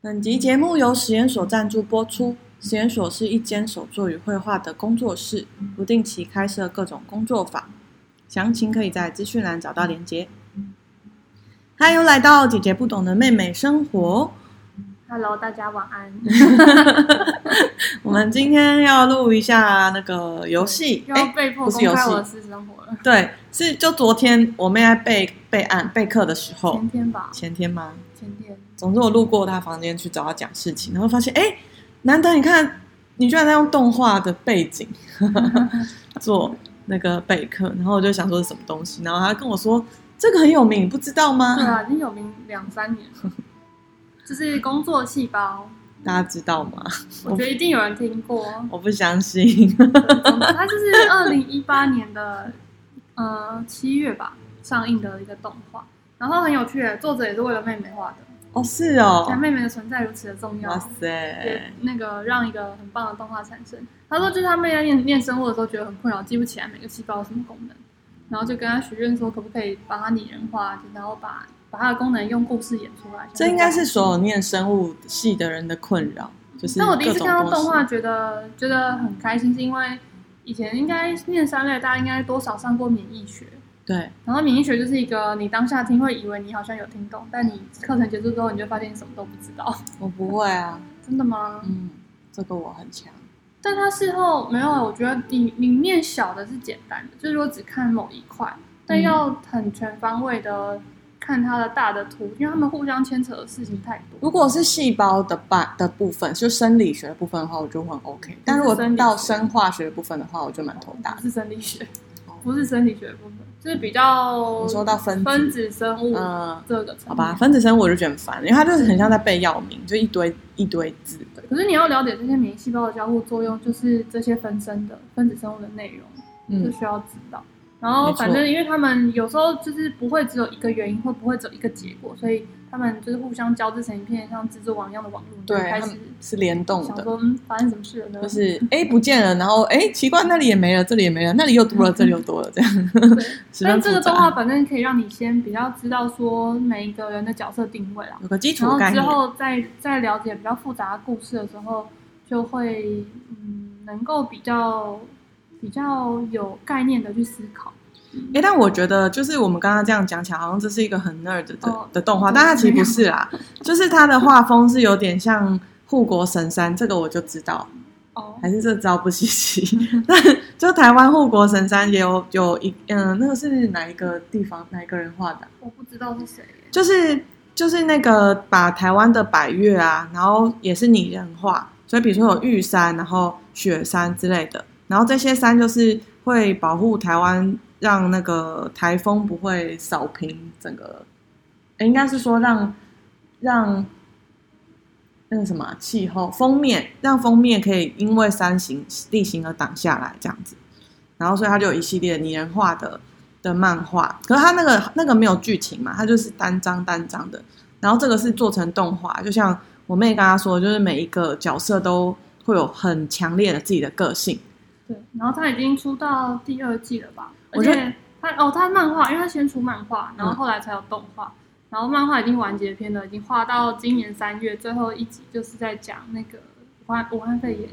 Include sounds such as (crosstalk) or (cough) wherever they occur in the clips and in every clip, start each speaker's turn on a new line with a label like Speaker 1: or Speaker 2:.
Speaker 1: 本集节目由实验所赞助播出。实验所是一间手作与绘画的工作室，不定期开设各种工作坊，详情可以在资讯栏找到连结。嗨，又来到姐姐不懂的妹妹生活，
Speaker 2: Hello，大家晚
Speaker 1: (laughs)
Speaker 2: 安。
Speaker 1: 我们今天要录一下那个游戏，
Speaker 2: 又
Speaker 1: 哎
Speaker 2: 要被迫
Speaker 1: 不是
Speaker 2: 公
Speaker 1: 游
Speaker 2: 开
Speaker 1: 戏
Speaker 2: 我的私生活了，
Speaker 1: 对，是就昨天我妹在备备案备课的时候
Speaker 2: 前，天吧，
Speaker 1: 前天吗？
Speaker 2: 前天。
Speaker 1: 总之我路过她房间去找她讲事情，然后发现哎，诶难得你看你居然在用动画的背景 (laughs) 做那个备课，然后我就想说是什么东西，然后她跟我说这个很有名，你不知道
Speaker 2: 对
Speaker 1: 吗？
Speaker 2: (laughs) 啊，已经有名两三年了， (laughs) 就是工作细胞，
Speaker 1: 大家知道吗？
Speaker 2: 我觉得一定有人听过。
Speaker 1: 我不相信，
Speaker 2: 总
Speaker 1: (laughs)
Speaker 2: 之它就是二零一八年的呃七月吧上映的一个动画，然后很有趣，作者也是为了妹妹画的。
Speaker 1: 哦是哦
Speaker 2: 但，妹妹的存在如此的重
Speaker 1: 哇
Speaker 2: 要，
Speaker 1: 塞
Speaker 2: 也，那个让一个很棒的动画产生。他说，就是他妹在念念生物的时候觉得很困扰，记不起来每个细胞有什么功能，然后就跟他许愿说，可不可以把它拟人化，就然后把把它的功能用故事演出来。
Speaker 1: 这应该是所有念生物系的人的困扰，就是
Speaker 2: 但我第一次
Speaker 1: 各种
Speaker 2: 看到
Speaker 1: 东西
Speaker 2: 动画，觉得觉得很开心，是因为以前应该念三类，大家应该多少上过免疫学。
Speaker 1: 对。
Speaker 2: 然后免疫学就是一个你当下听会以为你好像有听懂，但你课程结束之后，你就发现你什么都不知道。
Speaker 1: 我不会啊，
Speaker 2: 真的吗？
Speaker 1: 嗯，这个我很强。
Speaker 2: 但他事后没有，啊我觉得里里面小的是简单的，就是说只看某一块，
Speaker 1: 嗯
Speaker 2: 但要很全方位的看它的大的图，因为他们互相牵扯的事情太多。
Speaker 1: 如果是细胞的半的部分，就生理学的部分的话，我就很 OK。但如果
Speaker 2: 生理学
Speaker 1: 到生化学的部分的话，我就蛮头大
Speaker 2: 不
Speaker 1: 的。
Speaker 2: 是生理学
Speaker 1: 哦，
Speaker 2: 不是生理学的部分，就是比较
Speaker 1: 你说到分子
Speaker 2: 分子生物
Speaker 1: 嗯，
Speaker 2: 这个层面
Speaker 1: 好吧，。分子生物我就觉得很烦，因为它就是很像在背药名，就一堆一堆字。
Speaker 2: 可是你要了解这些免疫细胞的交互作用，就是这些分身的分子生物的内容。就
Speaker 1: 嗯，
Speaker 2: 需要知道。然后
Speaker 1: 没错
Speaker 2: 反正因为他们有时候就是不会只有一个原因，会不会只有一个结果，所以他们就是互相交织成一片像蜘蛛网一样的网络，
Speaker 1: 对
Speaker 2: 就开
Speaker 1: 他
Speaker 2: 始
Speaker 1: 们是联动
Speaker 2: 想
Speaker 1: 的，
Speaker 2: 说嗯发生什么事了呢？
Speaker 1: 就是 A 不见了，然后哎奇怪那里也没了，这里也没了，那里又多了，这里又多了，这样。 (laughs)
Speaker 2: 对，
Speaker 1: 十
Speaker 2: (laughs) 但
Speaker 1: 分
Speaker 2: 这个
Speaker 1: 复杂
Speaker 2: 动画反正可以让你先比较知道说每一个人的角色定位啦，
Speaker 1: 有个基础
Speaker 2: 然后
Speaker 1: 概
Speaker 2: 之
Speaker 1: 念，
Speaker 2: 后再再了解比较复杂的故事的时候，就会嗯能够比较比较有概念的去思考。
Speaker 1: 哎、但我觉得就是我们刚刚这样讲起来，好像这是一个很 nerd 的、
Speaker 2: 哦
Speaker 1: 的动画，
Speaker 2: 对
Speaker 1: 但它其实不是啦， (laughs) 就是它的画风是有点像《护国神山》，这个我就知道，
Speaker 2: 哦，
Speaker 1: 还是这招不稀奇。但就台湾《护国神山》也有有一嗯、那个是哪一个地方哪一个人画的啊？
Speaker 2: 我不知道是谁耶。
Speaker 1: 就是就是那个把台湾的百越啊，然后也是拟人化，所以比如说有玉山，然后雪山之类的，然后这些山就是会保护台湾，让那个台风不会扫平整个，诶应该是说让让那个什么啊气候封面，让封面可以因为山形地形而挡下来这样子，然后所以它就有一系列拟人化的的漫画，可是它那个那个没有剧情嘛，它就是单张单张的。然后这个是做成动画，就像我妹跟她说，就是每一个角色都会有很强烈的自己的个性。
Speaker 2: 对，然后他已经出到第二季了吧？
Speaker 1: 我
Speaker 2: 而
Speaker 1: 觉得嗯
Speaker 2: 且他哦，他漫画，因为他先出漫画，然后后来才有动画，然后漫画已经完结篇了，已经画到今年三月最后一集，就是在讲那个武汉武汉肺炎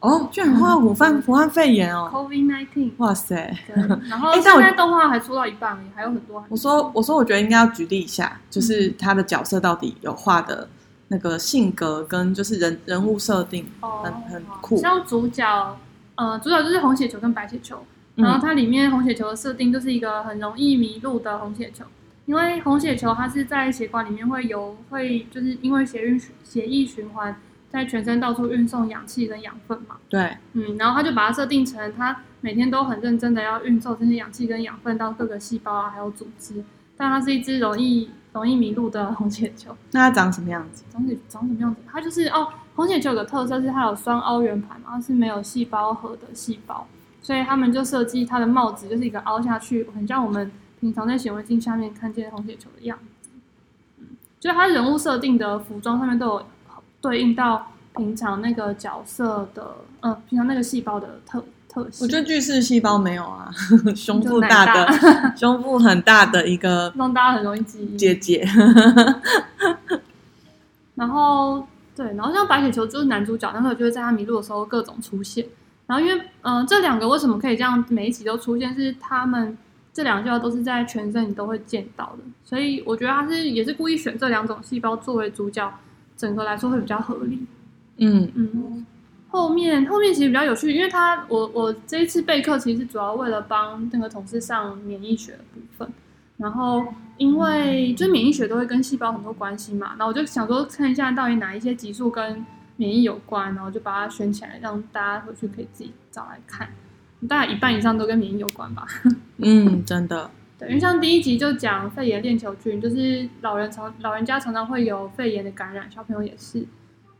Speaker 1: 哦，居然画武汉武汉肺炎哦，
Speaker 2: COVID nineteen。
Speaker 1: 哇塞！ (laughs)
Speaker 2: 对，然后
Speaker 1: 诶
Speaker 2: 现
Speaker 1: 但我
Speaker 2: 在动画还出到一半而已，还有很多还没
Speaker 1: 我说我说我觉得应该要举例一下，就是他的角色到底有画的那个性格跟就是人人物设定，
Speaker 2: 哦
Speaker 1: 很很酷
Speaker 2: 像主角，呃，主角就是红血球跟白血球，
Speaker 1: 嗯
Speaker 2: 然后它里面红血球的设定就是一个很容易迷路的红血球，因为红血球它是在血管里面会有会就是因为血运血液循环在全身到处运送氧气跟养分嘛，
Speaker 1: 对，
Speaker 2: 嗯，然后他就把它设定成他每天都很认真的要运送这些氧气跟养分到各个细胞啊还有组织，但它是一只容易容易迷路的红血球。
Speaker 1: 那他长什么样子？
Speaker 2: 长什长什么样子？它就是哦，红血球有个特色是它有双凹圆盘嘛，它是没有细胞核的细胞，所以他们就设计它的帽子就是一个凹下去，很像我们平常在显微镜下面看见红血球的样子。嗯，就它人物设定的服装上面都有对应到平常那个角色的，嗯、平常那个细胞的特特性。
Speaker 1: 我觉得巨噬细胞没有啊， (laughs) 胸
Speaker 2: 就
Speaker 1: 部
Speaker 2: 奶
Speaker 1: 大的胸部很大的一个
Speaker 2: 让大家很容易记忆。
Speaker 1: 姐姐。
Speaker 2: 然后对，然后像白血球就是男主角，那时候就会在他迷路的时候各种出现。然后因为嗯、呃这两个为什么可以这样每一集都出现，是他们这两个细胞都是在全身你都会见到的，所以我觉得他是也是故意选这两种细胞作为主角，整个来说会比较合理。
Speaker 1: (laughs) 嗯
Speaker 2: 嗯，后面后面其实比较有趣，因为他我我这一次备课其实主要为了帮那个同事上免疫学的部分，然后因为就是免疫学都会跟细胞很多关系嘛，然后我就想说看一下到底哪一些激素跟免疫有关，然后就把它选起来，让大家回去可以自己找来看，大概一半以上都跟免疫有关吧。
Speaker 1: 嗯，真的，
Speaker 2: 对，因为像第一集就讲肺炎链球菌，就是老人常老人家常常会有肺炎的感染，小朋友也是，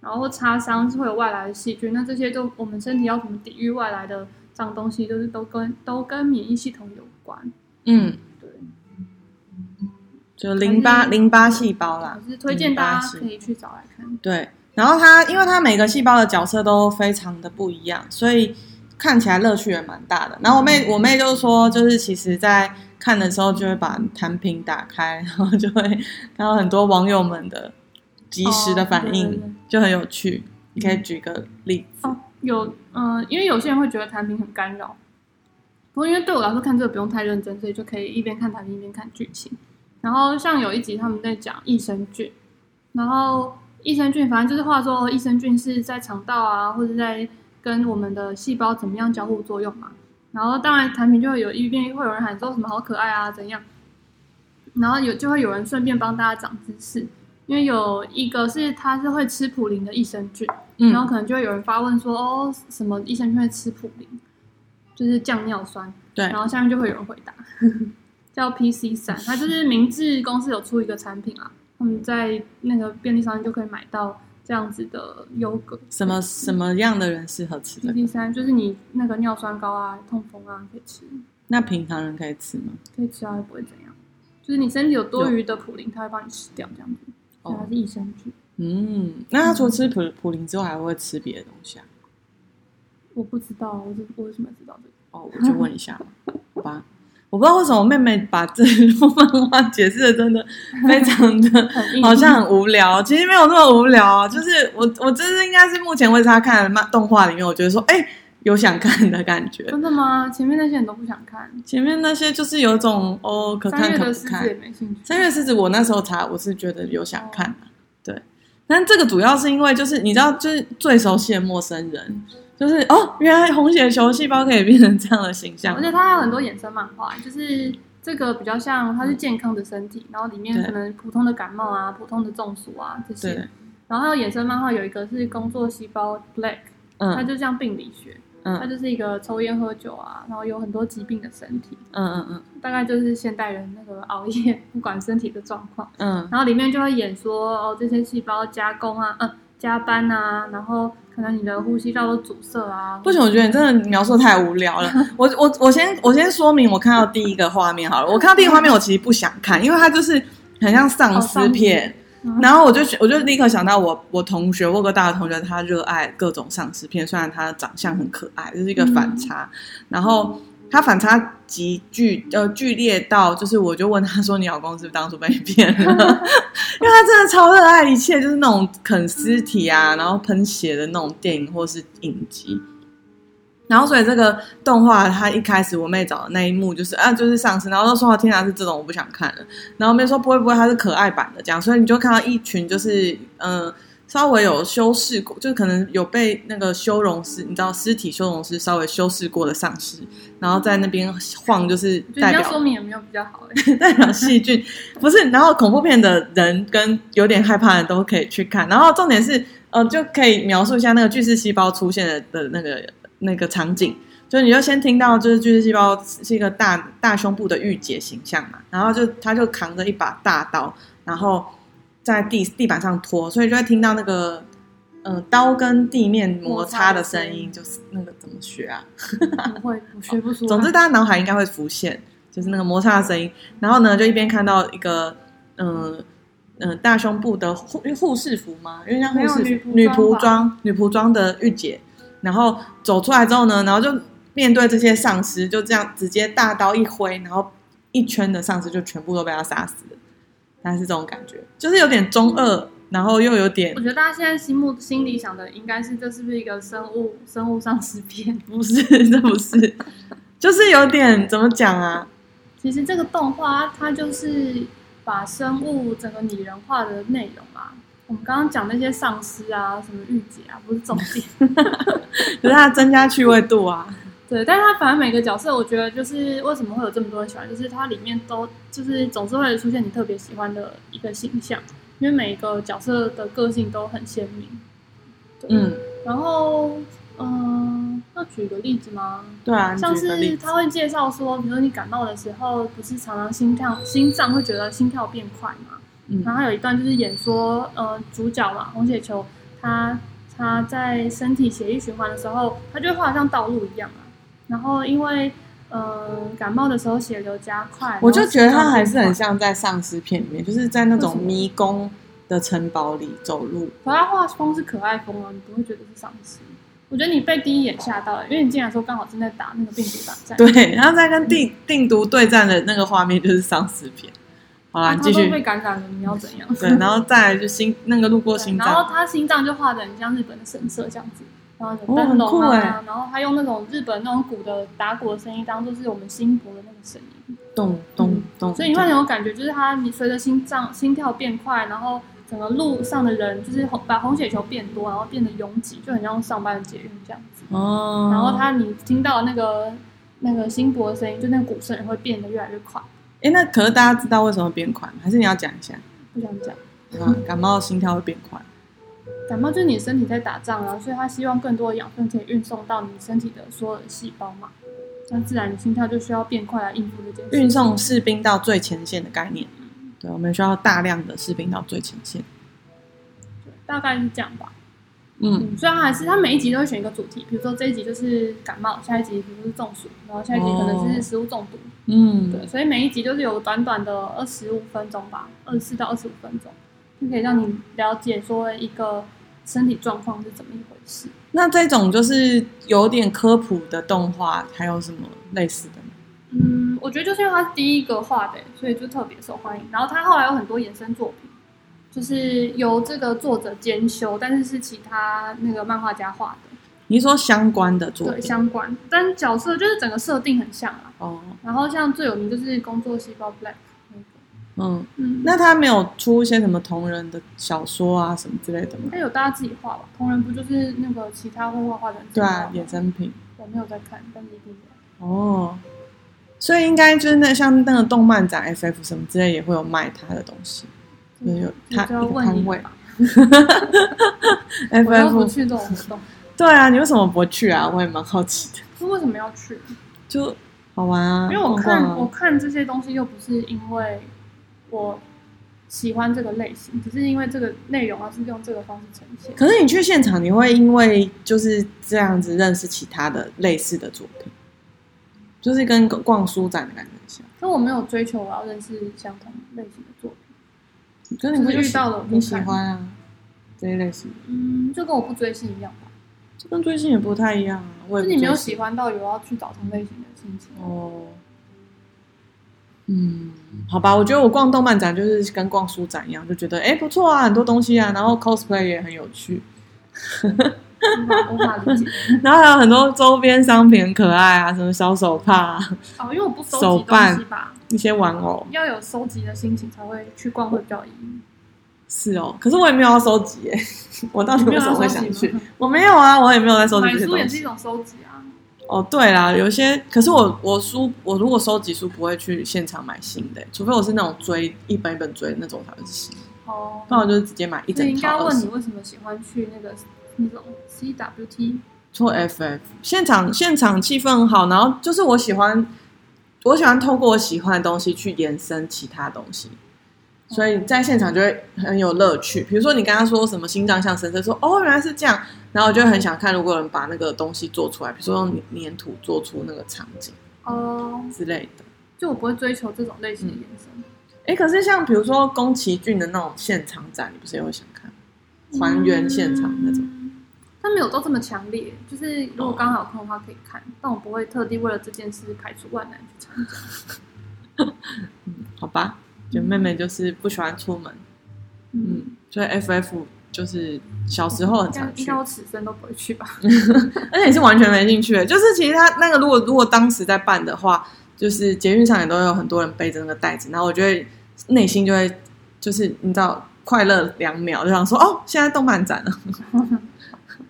Speaker 2: 然后擦伤是会有外来的细菌，那这些都我们身体要怎么抵御外来的脏东西，就是都跟都跟免疫系统有关。
Speaker 1: 嗯，
Speaker 2: 对，
Speaker 1: 就淋巴
Speaker 2: 还是
Speaker 1: 淋巴细胞啦
Speaker 2: 我，是推荐大
Speaker 1: 嗯
Speaker 2: 家
Speaker 1: 巴西
Speaker 2: 可以去找来看。
Speaker 1: 对。然后它，因为它每个细胞的角色都非常的不一样，所以看起来乐趣也蛮大的。然后我
Speaker 2: 嗯
Speaker 1: 妹，我妹就是说，就是其实在看的时候就会把弹屏打开， (laughs) 然后就会看到很多网友们的及时的反应，
Speaker 2: 哦对对对
Speaker 1: 就很有趣。你可以举个例子，
Speaker 2: 哦，有，嗯、因为有些人会觉得弹屏很干扰，不过因为对我来说看这个不用太认真，所以就可以一边看弹屏一边看剧情。然后像有一集他们在讲益生菌，然后益生菌反正就是话说益生菌是在肠道啊，或者在跟我们的细胞怎么样交互作用嘛。然后当然产品就会有一边会有人喊说什么好可爱啊怎样，然后有就会有人顺便帮大家长知识，因为有一个是它是会吃普林的益生菌。然
Speaker 1: 嗯，
Speaker 2: 后可能就会有人发问说，哦，什么益生菌会吃普林，就是降尿酸，
Speaker 1: 对
Speaker 2: 然后下面就会有人回答， (laughs) 叫 PC 三，它就是明治公司有出一个产品啊，他们在那个便利商店就可以买到这样子的优格，
Speaker 1: 什么什么样的人适合吃这个？
Speaker 2: PC 三就是你那个尿酸高啊、痛风啊可以吃，
Speaker 1: 那平常人可以吃吗？
Speaker 2: 可以吃啊，又不会怎样，就是你身体有多余的普林，它会帮你吃掉这样子，所以它
Speaker 1: 哦，
Speaker 2: 是益生菌，
Speaker 1: 嗯，那他除了吃普普林之外，还会吃别的东西啊？
Speaker 2: 我不知道，我是我为什么知道这个？
Speaker 1: 哦，我就问一下，
Speaker 2: (laughs)
Speaker 1: 好吧。我不知道为什么妹妹把这幅漫画解释的真
Speaker 2: (laughs)
Speaker 1: 的非常的
Speaker 2: 很硬
Speaker 1: 好像很无聊，其实没有那么无聊啊。就是我我这是应该是目前为止她看的漫动画里面，我觉得说哎、有想看的感觉。
Speaker 2: 真的吗？前面那些人都不想看。
Speaker 1: 前面那些就是有种哦可
Speaker 2: 三
Speaker 1: 看
Speaker 2: 月
Speaker 1: 可
Speaker 2: 的
Speaker 1: 不
Speaker 2: 狮子也
Speaker 1: 看。
Speaker 2: 没兴趣。
Speaker 1: 三月狮子，我那时候查我是觉得有想看的、对。但这个主要是因为就是你知道，就是最熟悉的陌生人，就是哦，原来红血球细胞可以变成这样的形象
Speaker 2: 而，且它还有很多衍生漫画，就是这个比较像它是健康的身体，然后里面
Speaker 1: 对
Speaker 2: 可能普通的感冒啊、普通的中暑啊这
Speaker 1: 对
Speaker 2: 些。，然后还有衍生漫画有一个是工作细胞 Black，它
Speaker 1: 嗯
Speaker 2: 就像病理学，
Speaker 1: 嗯
Speaker 2: 它就是一个抽烟喝酒啊，然后有很多疾病的身体，
Speaker 1: 嗯嗯嗯。
Speaker 2: 大概就是现代人那个熬夜不管身体的状况。
Speaker 1: 嗯
Speaker 2: 然后里面就会演说哦，这些细胞加工啊，嗯，加班啊，然后可能你的呼吸道都阻塞啊，，
Speaker 1: 不行，我觉得你真的描述太无聊了。我我我先我先说明，我看到第一个画面好了。我看到第一个画面，我其实不想看，因为它就是很像丧尸片。
Speaker 2: 嗯
Speaker 1: 然后我就我就立刻想到我我同学，我有个大学同学，他热爱各种丧尸片，虽然他长相很可爱，这、是一个反差。然后他反差极剧呃剧烈到，就是我就问他说：“你老公是不是当初被骗了？”因为他真的超热爱一切，就是那种啃尸体啊，然后喷血的那种电影或是影集。然后，所以这个动画，它一开始我妹找的那一幕就是啊，就是丧尸，然后都说哦天哪是这种我不想看了，然后我妹说不会不会，它是可爱版的这样，所以你就看到一群就是嗯、呃稍微有修饰过，就是可能有被那个修容师，你知道尸体修容师稍微修饰过的丧尸，然后在那边晃，就是
Speaker 2: 就
Speaker 1: 代
Speaker 2: 你
Speaker 1: 表
Speaker 2: 要说明也没有比较好
Speaker 1: (laughs)
Speaker 2: 哎、
Speaker 1: 代表细菌，不是。然后恐怖片的人跟有点害怕的人都可以去看。然后重点是，呃，就可以描述一下那个巨噬细胞出现的的那个那个场景。就你就先听到，就是巨噬细胞是一个大大胸部的御姐形象嘛，然后就他就扛着一把大刀，然后在地地板上拖，所以就会听到那个。嗯、刀跟地面摩擦的声音，就是那个怎么学啊？
Speaker 2: 不会，我学不出来。
Speaker 1: 哦总之，大家脑海应该会浮现，就是那个摩擦的声音。然后呢，就一边看到一个嗯嗯、呃大胸部的护护士服嘛，因为像护士
Speaker 2: 没有
Speaker 1: 服
Speaker 2: 女
Speaker 1: 女
Speaker 2: 仆
Speaker 1: 仆
Speaker 2: 装
Speaker 1: 装女仆装的御姐，然后走出来之后呢，然后就面对这些丧尸，就这样直接大刀一挥，然后一圈的丧尸就全部都被他杀死了。但是这种感觉就是有点中二，然后又有点 (laughs)
Speaker 2: 我觉得大家现在心目心里想的应该是这是不是一个生物生物丧尸片？ (laughs)
Speaker 1: 不是，这不是，就是有点怎么讲啊？
Speaker 2: 其实这个动画啊它就是把生物整个拟人化的内容啊，我们刚刚讲那些丧尸啊、什么御姐啊，不是重
Speaker 1: (laughs)
Speaker 2: 点。
Speaker 1: 可是它增加趣味度啊。
Speaker 2: 对，但是它反正每个角色，我觉得就是为什么会有这么多人喜欢，就是它里面都就是总是会出现你特别喜欢的一个形象，因为每一个角色的个性都很鲜明。对，
Speaker 1: 嗯，
Speaker 2: 然后嗯、要举个例子吗？
Speaker 1: 对啊，你
Speaker 2: 像
Speaker 1: 举个例
Speaker 2: 是
Speaker 1: 子
Speaker 2: 他会介绍说，比如说你感冒的时候，不是常常心跳心脏会觉得心跳变快嘛？
Speaker 1: 嗯
Speaker 2: 然后有一段就是演说，呃，主角嘛，红血球，他他在身体血液循环的时候，他就会画得像道路一样啊。然后因为呃感冒的时候血流加快，
Speaker 1: 我就觉得
Speaker 2: 他
Speaker 1: 它还是很，像在丧尸片里面，就是在那种
Speaker 2: 为什么
Speaker 1: 迷宫的城堡里走路。
Speaker 2: 可他画风是可爱风啊，你不会觉得是丧尸。我觉得你被第一眼吓到了，因为你进来的时候刚好正在打那个病毒大战，
Speaker 1: 对，然后再
Speaker 2: 嗯
Speaker 1: 跟定定毒对战的那个画面就是丧尸片。好啦，
Speaker 2: 然
Speaker 1: 你
Speaker 2: 后
Speaker 1: 继
Speaker 2: 啊他
Speaker 1: 续
Speaker 2: 都。被感染了，你要怎样？
Speaker 1: 对，然后再来就心那个路过
Speaker 2: 对
Speaker 1: 心
Speaker 2: 然后
Speaker 1: 脏，
Speaker 2: 他心脏就画的很像日本的神社这样子，然后有
Speaker 1: 哦
Speaker 2: 灯
Speaker 1: 很酷
Speaker 2: 笼啊
Speaker 1: 哎，
Speaker 2: 然后他用那种日本那种鼓的打鼓的声音当做是我们心搏的那个声音，
Speaker 1: 咚咚咚。
Speaker 2: 嗯所以你会很有感觉，就是他你随着心脏心跳变快，然后整个路上的人就是红把红血球变多，然后变得拥挤，就很像上班的捷运这样子。
Speaker 1: 哦，
Speaker 2: 然后他你听到那个那个心搏的声音，就那个鼓声也会变得越来越快。
Speaker 1: 哎，那可是大家知道为什么变快吗？还是你要讲一下？
Speaker 2: 不想讲，
Speaker 1: 啊，
Speaker 2: 嗯
Speaker 1: 感冒心跳会变快。
Speaker 2: 感冒就是你身体在打仗啊，所以他希望更多的养分可以运送到你身体的所有的细胞嘛，那自然你心跳就需要变快来应付这件事。
Speaker 1: 运送士兵到最前线的概念，对，我们需要大量的士兵到最前线。
Speaker 2: 对大概是这样吧。
Speaker 1: 嗯，
Speaker 2: 嗯，虽然还是他每一集都会选一个主题，比如说这一集就是感冒，下一集比如说是中暑，然后下一集可能是食物中毒。
Speaker 1: 嗯，
Speaker 2: 对，所以每一集就是有短短的二十五分钟吧，二十四到二十五分钟，就可以让你了解说一个身体状况是怎么一回事。
Speaker 1: 那这种就是有点科普的动画，还有什么类似的吗？
Speaker 2: 嗯，我觉得就是因为它是第一个画的，所以就特别受欢迎。然后它后来有很多衍生作品，就是由这个作者兼修，但是是其他那个漫画家画的，
Speaker 1: 你说相关的作
Speaker 2: 对
Speaker 1: 品
Speaker 2: 相关。但角色就是整个设定很像啊。
Speaker 1: 哦，
Speaker 2: 然后像最有名就是工作细胞 Black 那个，
Speaker 1: 嗯，
Speaker 2: 嗯，
Speaker 1: 那他没有出一些什么同人的小说啊什么之类的吗？
Speaker 2: 那有大家自己画吧？同人不就是那个其他会画画的人自己
Speaker 1: 对
Speaker 2: 画
Speaker 1: 啊
Speaker 2: 吗？，
Speaker 1: 衍生品
Speaker 2: 我没有在看，但是一定有。
Speaker 1: 哦，所以应该就是那像那个动漫展 FF 什么之类也会有卖他的东西，就是有
Speaker 2: 这
Speaker 1: 他
Speaker 2: 就要
Speaker 1: 一个
Speaker 2: 问你
Speaker 1: 摊位
Speaker 2: 吧，我又不
Speaker 1: FF
Speaker 2: 去这种活动，
Speaker 1: 对啊，你为什么不去啊？我也蛮好奇的，
Speaker 2: 那为什么要去？
Speaker 1: 就好玩啊，
Speaker 2: 因为我
Speaker 1: 逛
Speaker 2: 看、
Speaker 1: 逛啊
Speaker 2: 我看这些东西又不是因为我喜欢这个类型，只是因为这个内容它啊是用这个方式呈现。
Speaker 1: 可是你去现场，你会因为就是这样子认识其他的类似的作品，就是跟逛书展的感觉很像。
Speaker 2: 可我没有追求我要认识相同类型的作品，
Speaker 1: 可是你不
Speaker 2: 就是遇到了我
Speaker 1: 你
Speaker 2: 不
Speaker 1: 喜
Speaker 2: 看
Speaker 1: 欢啊这一类型的，
Speaker 2: 嗯，就跟我不追星一样吧，
Speaker 1: 这跟追星也不太一样啊。我
Speaker 2: 就
Speaker 1: 也
Speaker 2: 是你没有
Speaker 1: 不追
Speaker 2: 喜欢到有要去找同类型的心情
Speaker 1: 星。哦。嗯，好吧，我觉得我逛动漫展就是跟逛书展一样，就觉得哎、诶不错啊，很多东西啊，然后 cosplay 也很有趣，
Speaker 2: 无法无法
Speaker 1: (laughs)
Speaker 2: 理解。
Speaker 1: 然后还有很多周边商品很可爱啊，什么小手帕、啊、
Speaker 2: 哦，因为我不
Speaker 1: 手
Speaker 2: 收集东西
Speaker 1: 办
Speaker 2: 吧，
Speaker 1: 一些玩偶，
Speaker 2: 要有收集的心情才会去逛会比较有意义。
Speaker 1: 是哦，可是我也没有要收集耶， (laughs) 我到底为什么会想
Speaker 2: 你没有要收集
Speaker 1: 去
Speaker 2: 吗？
Speaker 1: 我没有啊，我也没有在收集
Speaker 2: 买
Speaker 1: 这些
Speaker 2: 书也
Speaker 1: 东
Speaker 2: 是一
Speaker 1: 西。
Speaker 2: 种收集啊。
Speaker 1: 哦，对啦，有些可是我我书我如果收集书不会去现场买新的，除非我是那种追一本一本追的那种才会是新的，
Speaker 2: 哦，
Speaker 1: 不然我就是直接买一
Speaker 2: 所
Speaker 1: 整
Speaker 2: 以应该
Speaker 1: 套。
Speaker 2: 问你为什么喜欢去那个那种 CWT
Speaker 1: 做 FF 现场现场气氛很好，然后就是我喜欢我喜欢透过我喜欢的东西去延伸其他东西，所以在现场就会很有乐趣。比如说你刚刚说什么心脏像神社，说哦原来是这样，然后我就很想看如果有人把那个东西做出来，比如说用粘粘土做出那个场景
Speaker 2: 哦，
Speaker 1: 之类的。
Speaker 2: 就我不会追求这种类型
Speaker 1: 嗯
Speaker 2: 的延伸。
Speaker 1: 哎，可是像比如说宫崎骏的那种现场展，你不是也会想看还原现场那种？
Speaker 2: 嗯但没有到这么强烈，就是如果刚好有空的话可以看，
Speaker 1: 嗯
Speaker 2: 但我不会特地为了这件事排除万难去参加。
Speaker 1: 好吧，就妹妹就是不喜欢出门。
Speaker 2: 嗯，
Speaker 1: 嗯，哦所以 FF 就是小时候很
Speaker 2: 但
Speaker 1: 常
Speaker 2: 应
Speaker 1: 去
Speaker 2: 该，我此生都不会去
Speaker 1: (laughs)
Speaker 2: 吧？
Speaker 1: 而且也是完全没兴趣的。就是其实他那个如果如果当时在办的话，就是捷运上也都有很多人背着那个袋子，然后我就会内心就会就是你知道快乐两秒，就想说哦，现在动漫展了。 (laughs)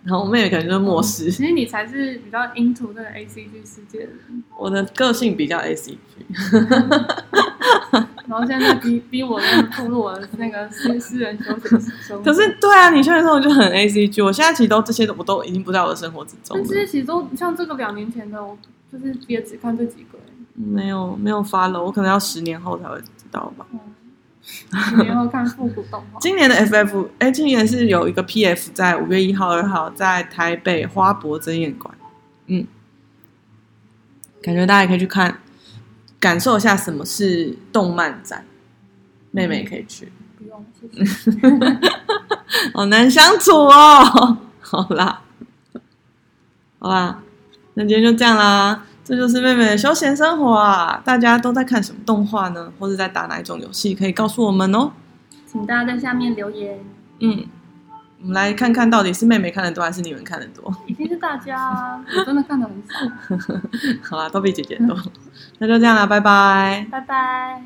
Speaker 1: 然后我妹妹可能就是漠视，
Speaker 2: 其实你才是比较 into 这个 A C G 世界的人，
Speaker 1: 我的个性比较 A C
Speaker 2: 嗯
Speaker 1: G，
Speaker 2: 然后现在
Speaker 1: (laughs)
Speaker 2: 逼逼我那个步入我的那个私私人休闲生活。
Speaker 1: 可是对啊，你确实说我就很 A C G，我现在其实都这些都我都已经不在我的生活之中
Speaker 2: 但
Speaker 1: 了
Speaker 2: 这，些其实都像这个两年前的，我就是也只看这几个而已。
Speaker 1: 没有没有发了，我可能要十年后才会知道吧。
Speaker 2: 嗯，几年后看复古动画，
Speaker 1: 今年的 FF，哎、今年是有一个 PF 在五月一号、二号在台北花博展演馆，嗯，感觉大家也可以去看，感受一下什么是动漫展。妹妹也可以去，
Speaker 2: 不用谢谢。
Speaker 1: (laughs) 好难相处哦。 (laughs) 好啦，好啦，那今天就这样啦。这就是妹妹的休闲生活啊！大家都在看什么动画呢？或者在打哪一种游戏？可以告诉我们哦。
Speaker 2: 请大家在下面留言，
Speaker 1: 嗯，我们来看看到底是妹妹看的多还是你们看的多。 (laughs)
Speaker 2: 一定是大家，我真的看的很少。
Speaker 1: 好啦，都比姐姐多。那就这样啦，拜拜。
Speaker 2: 拜拜。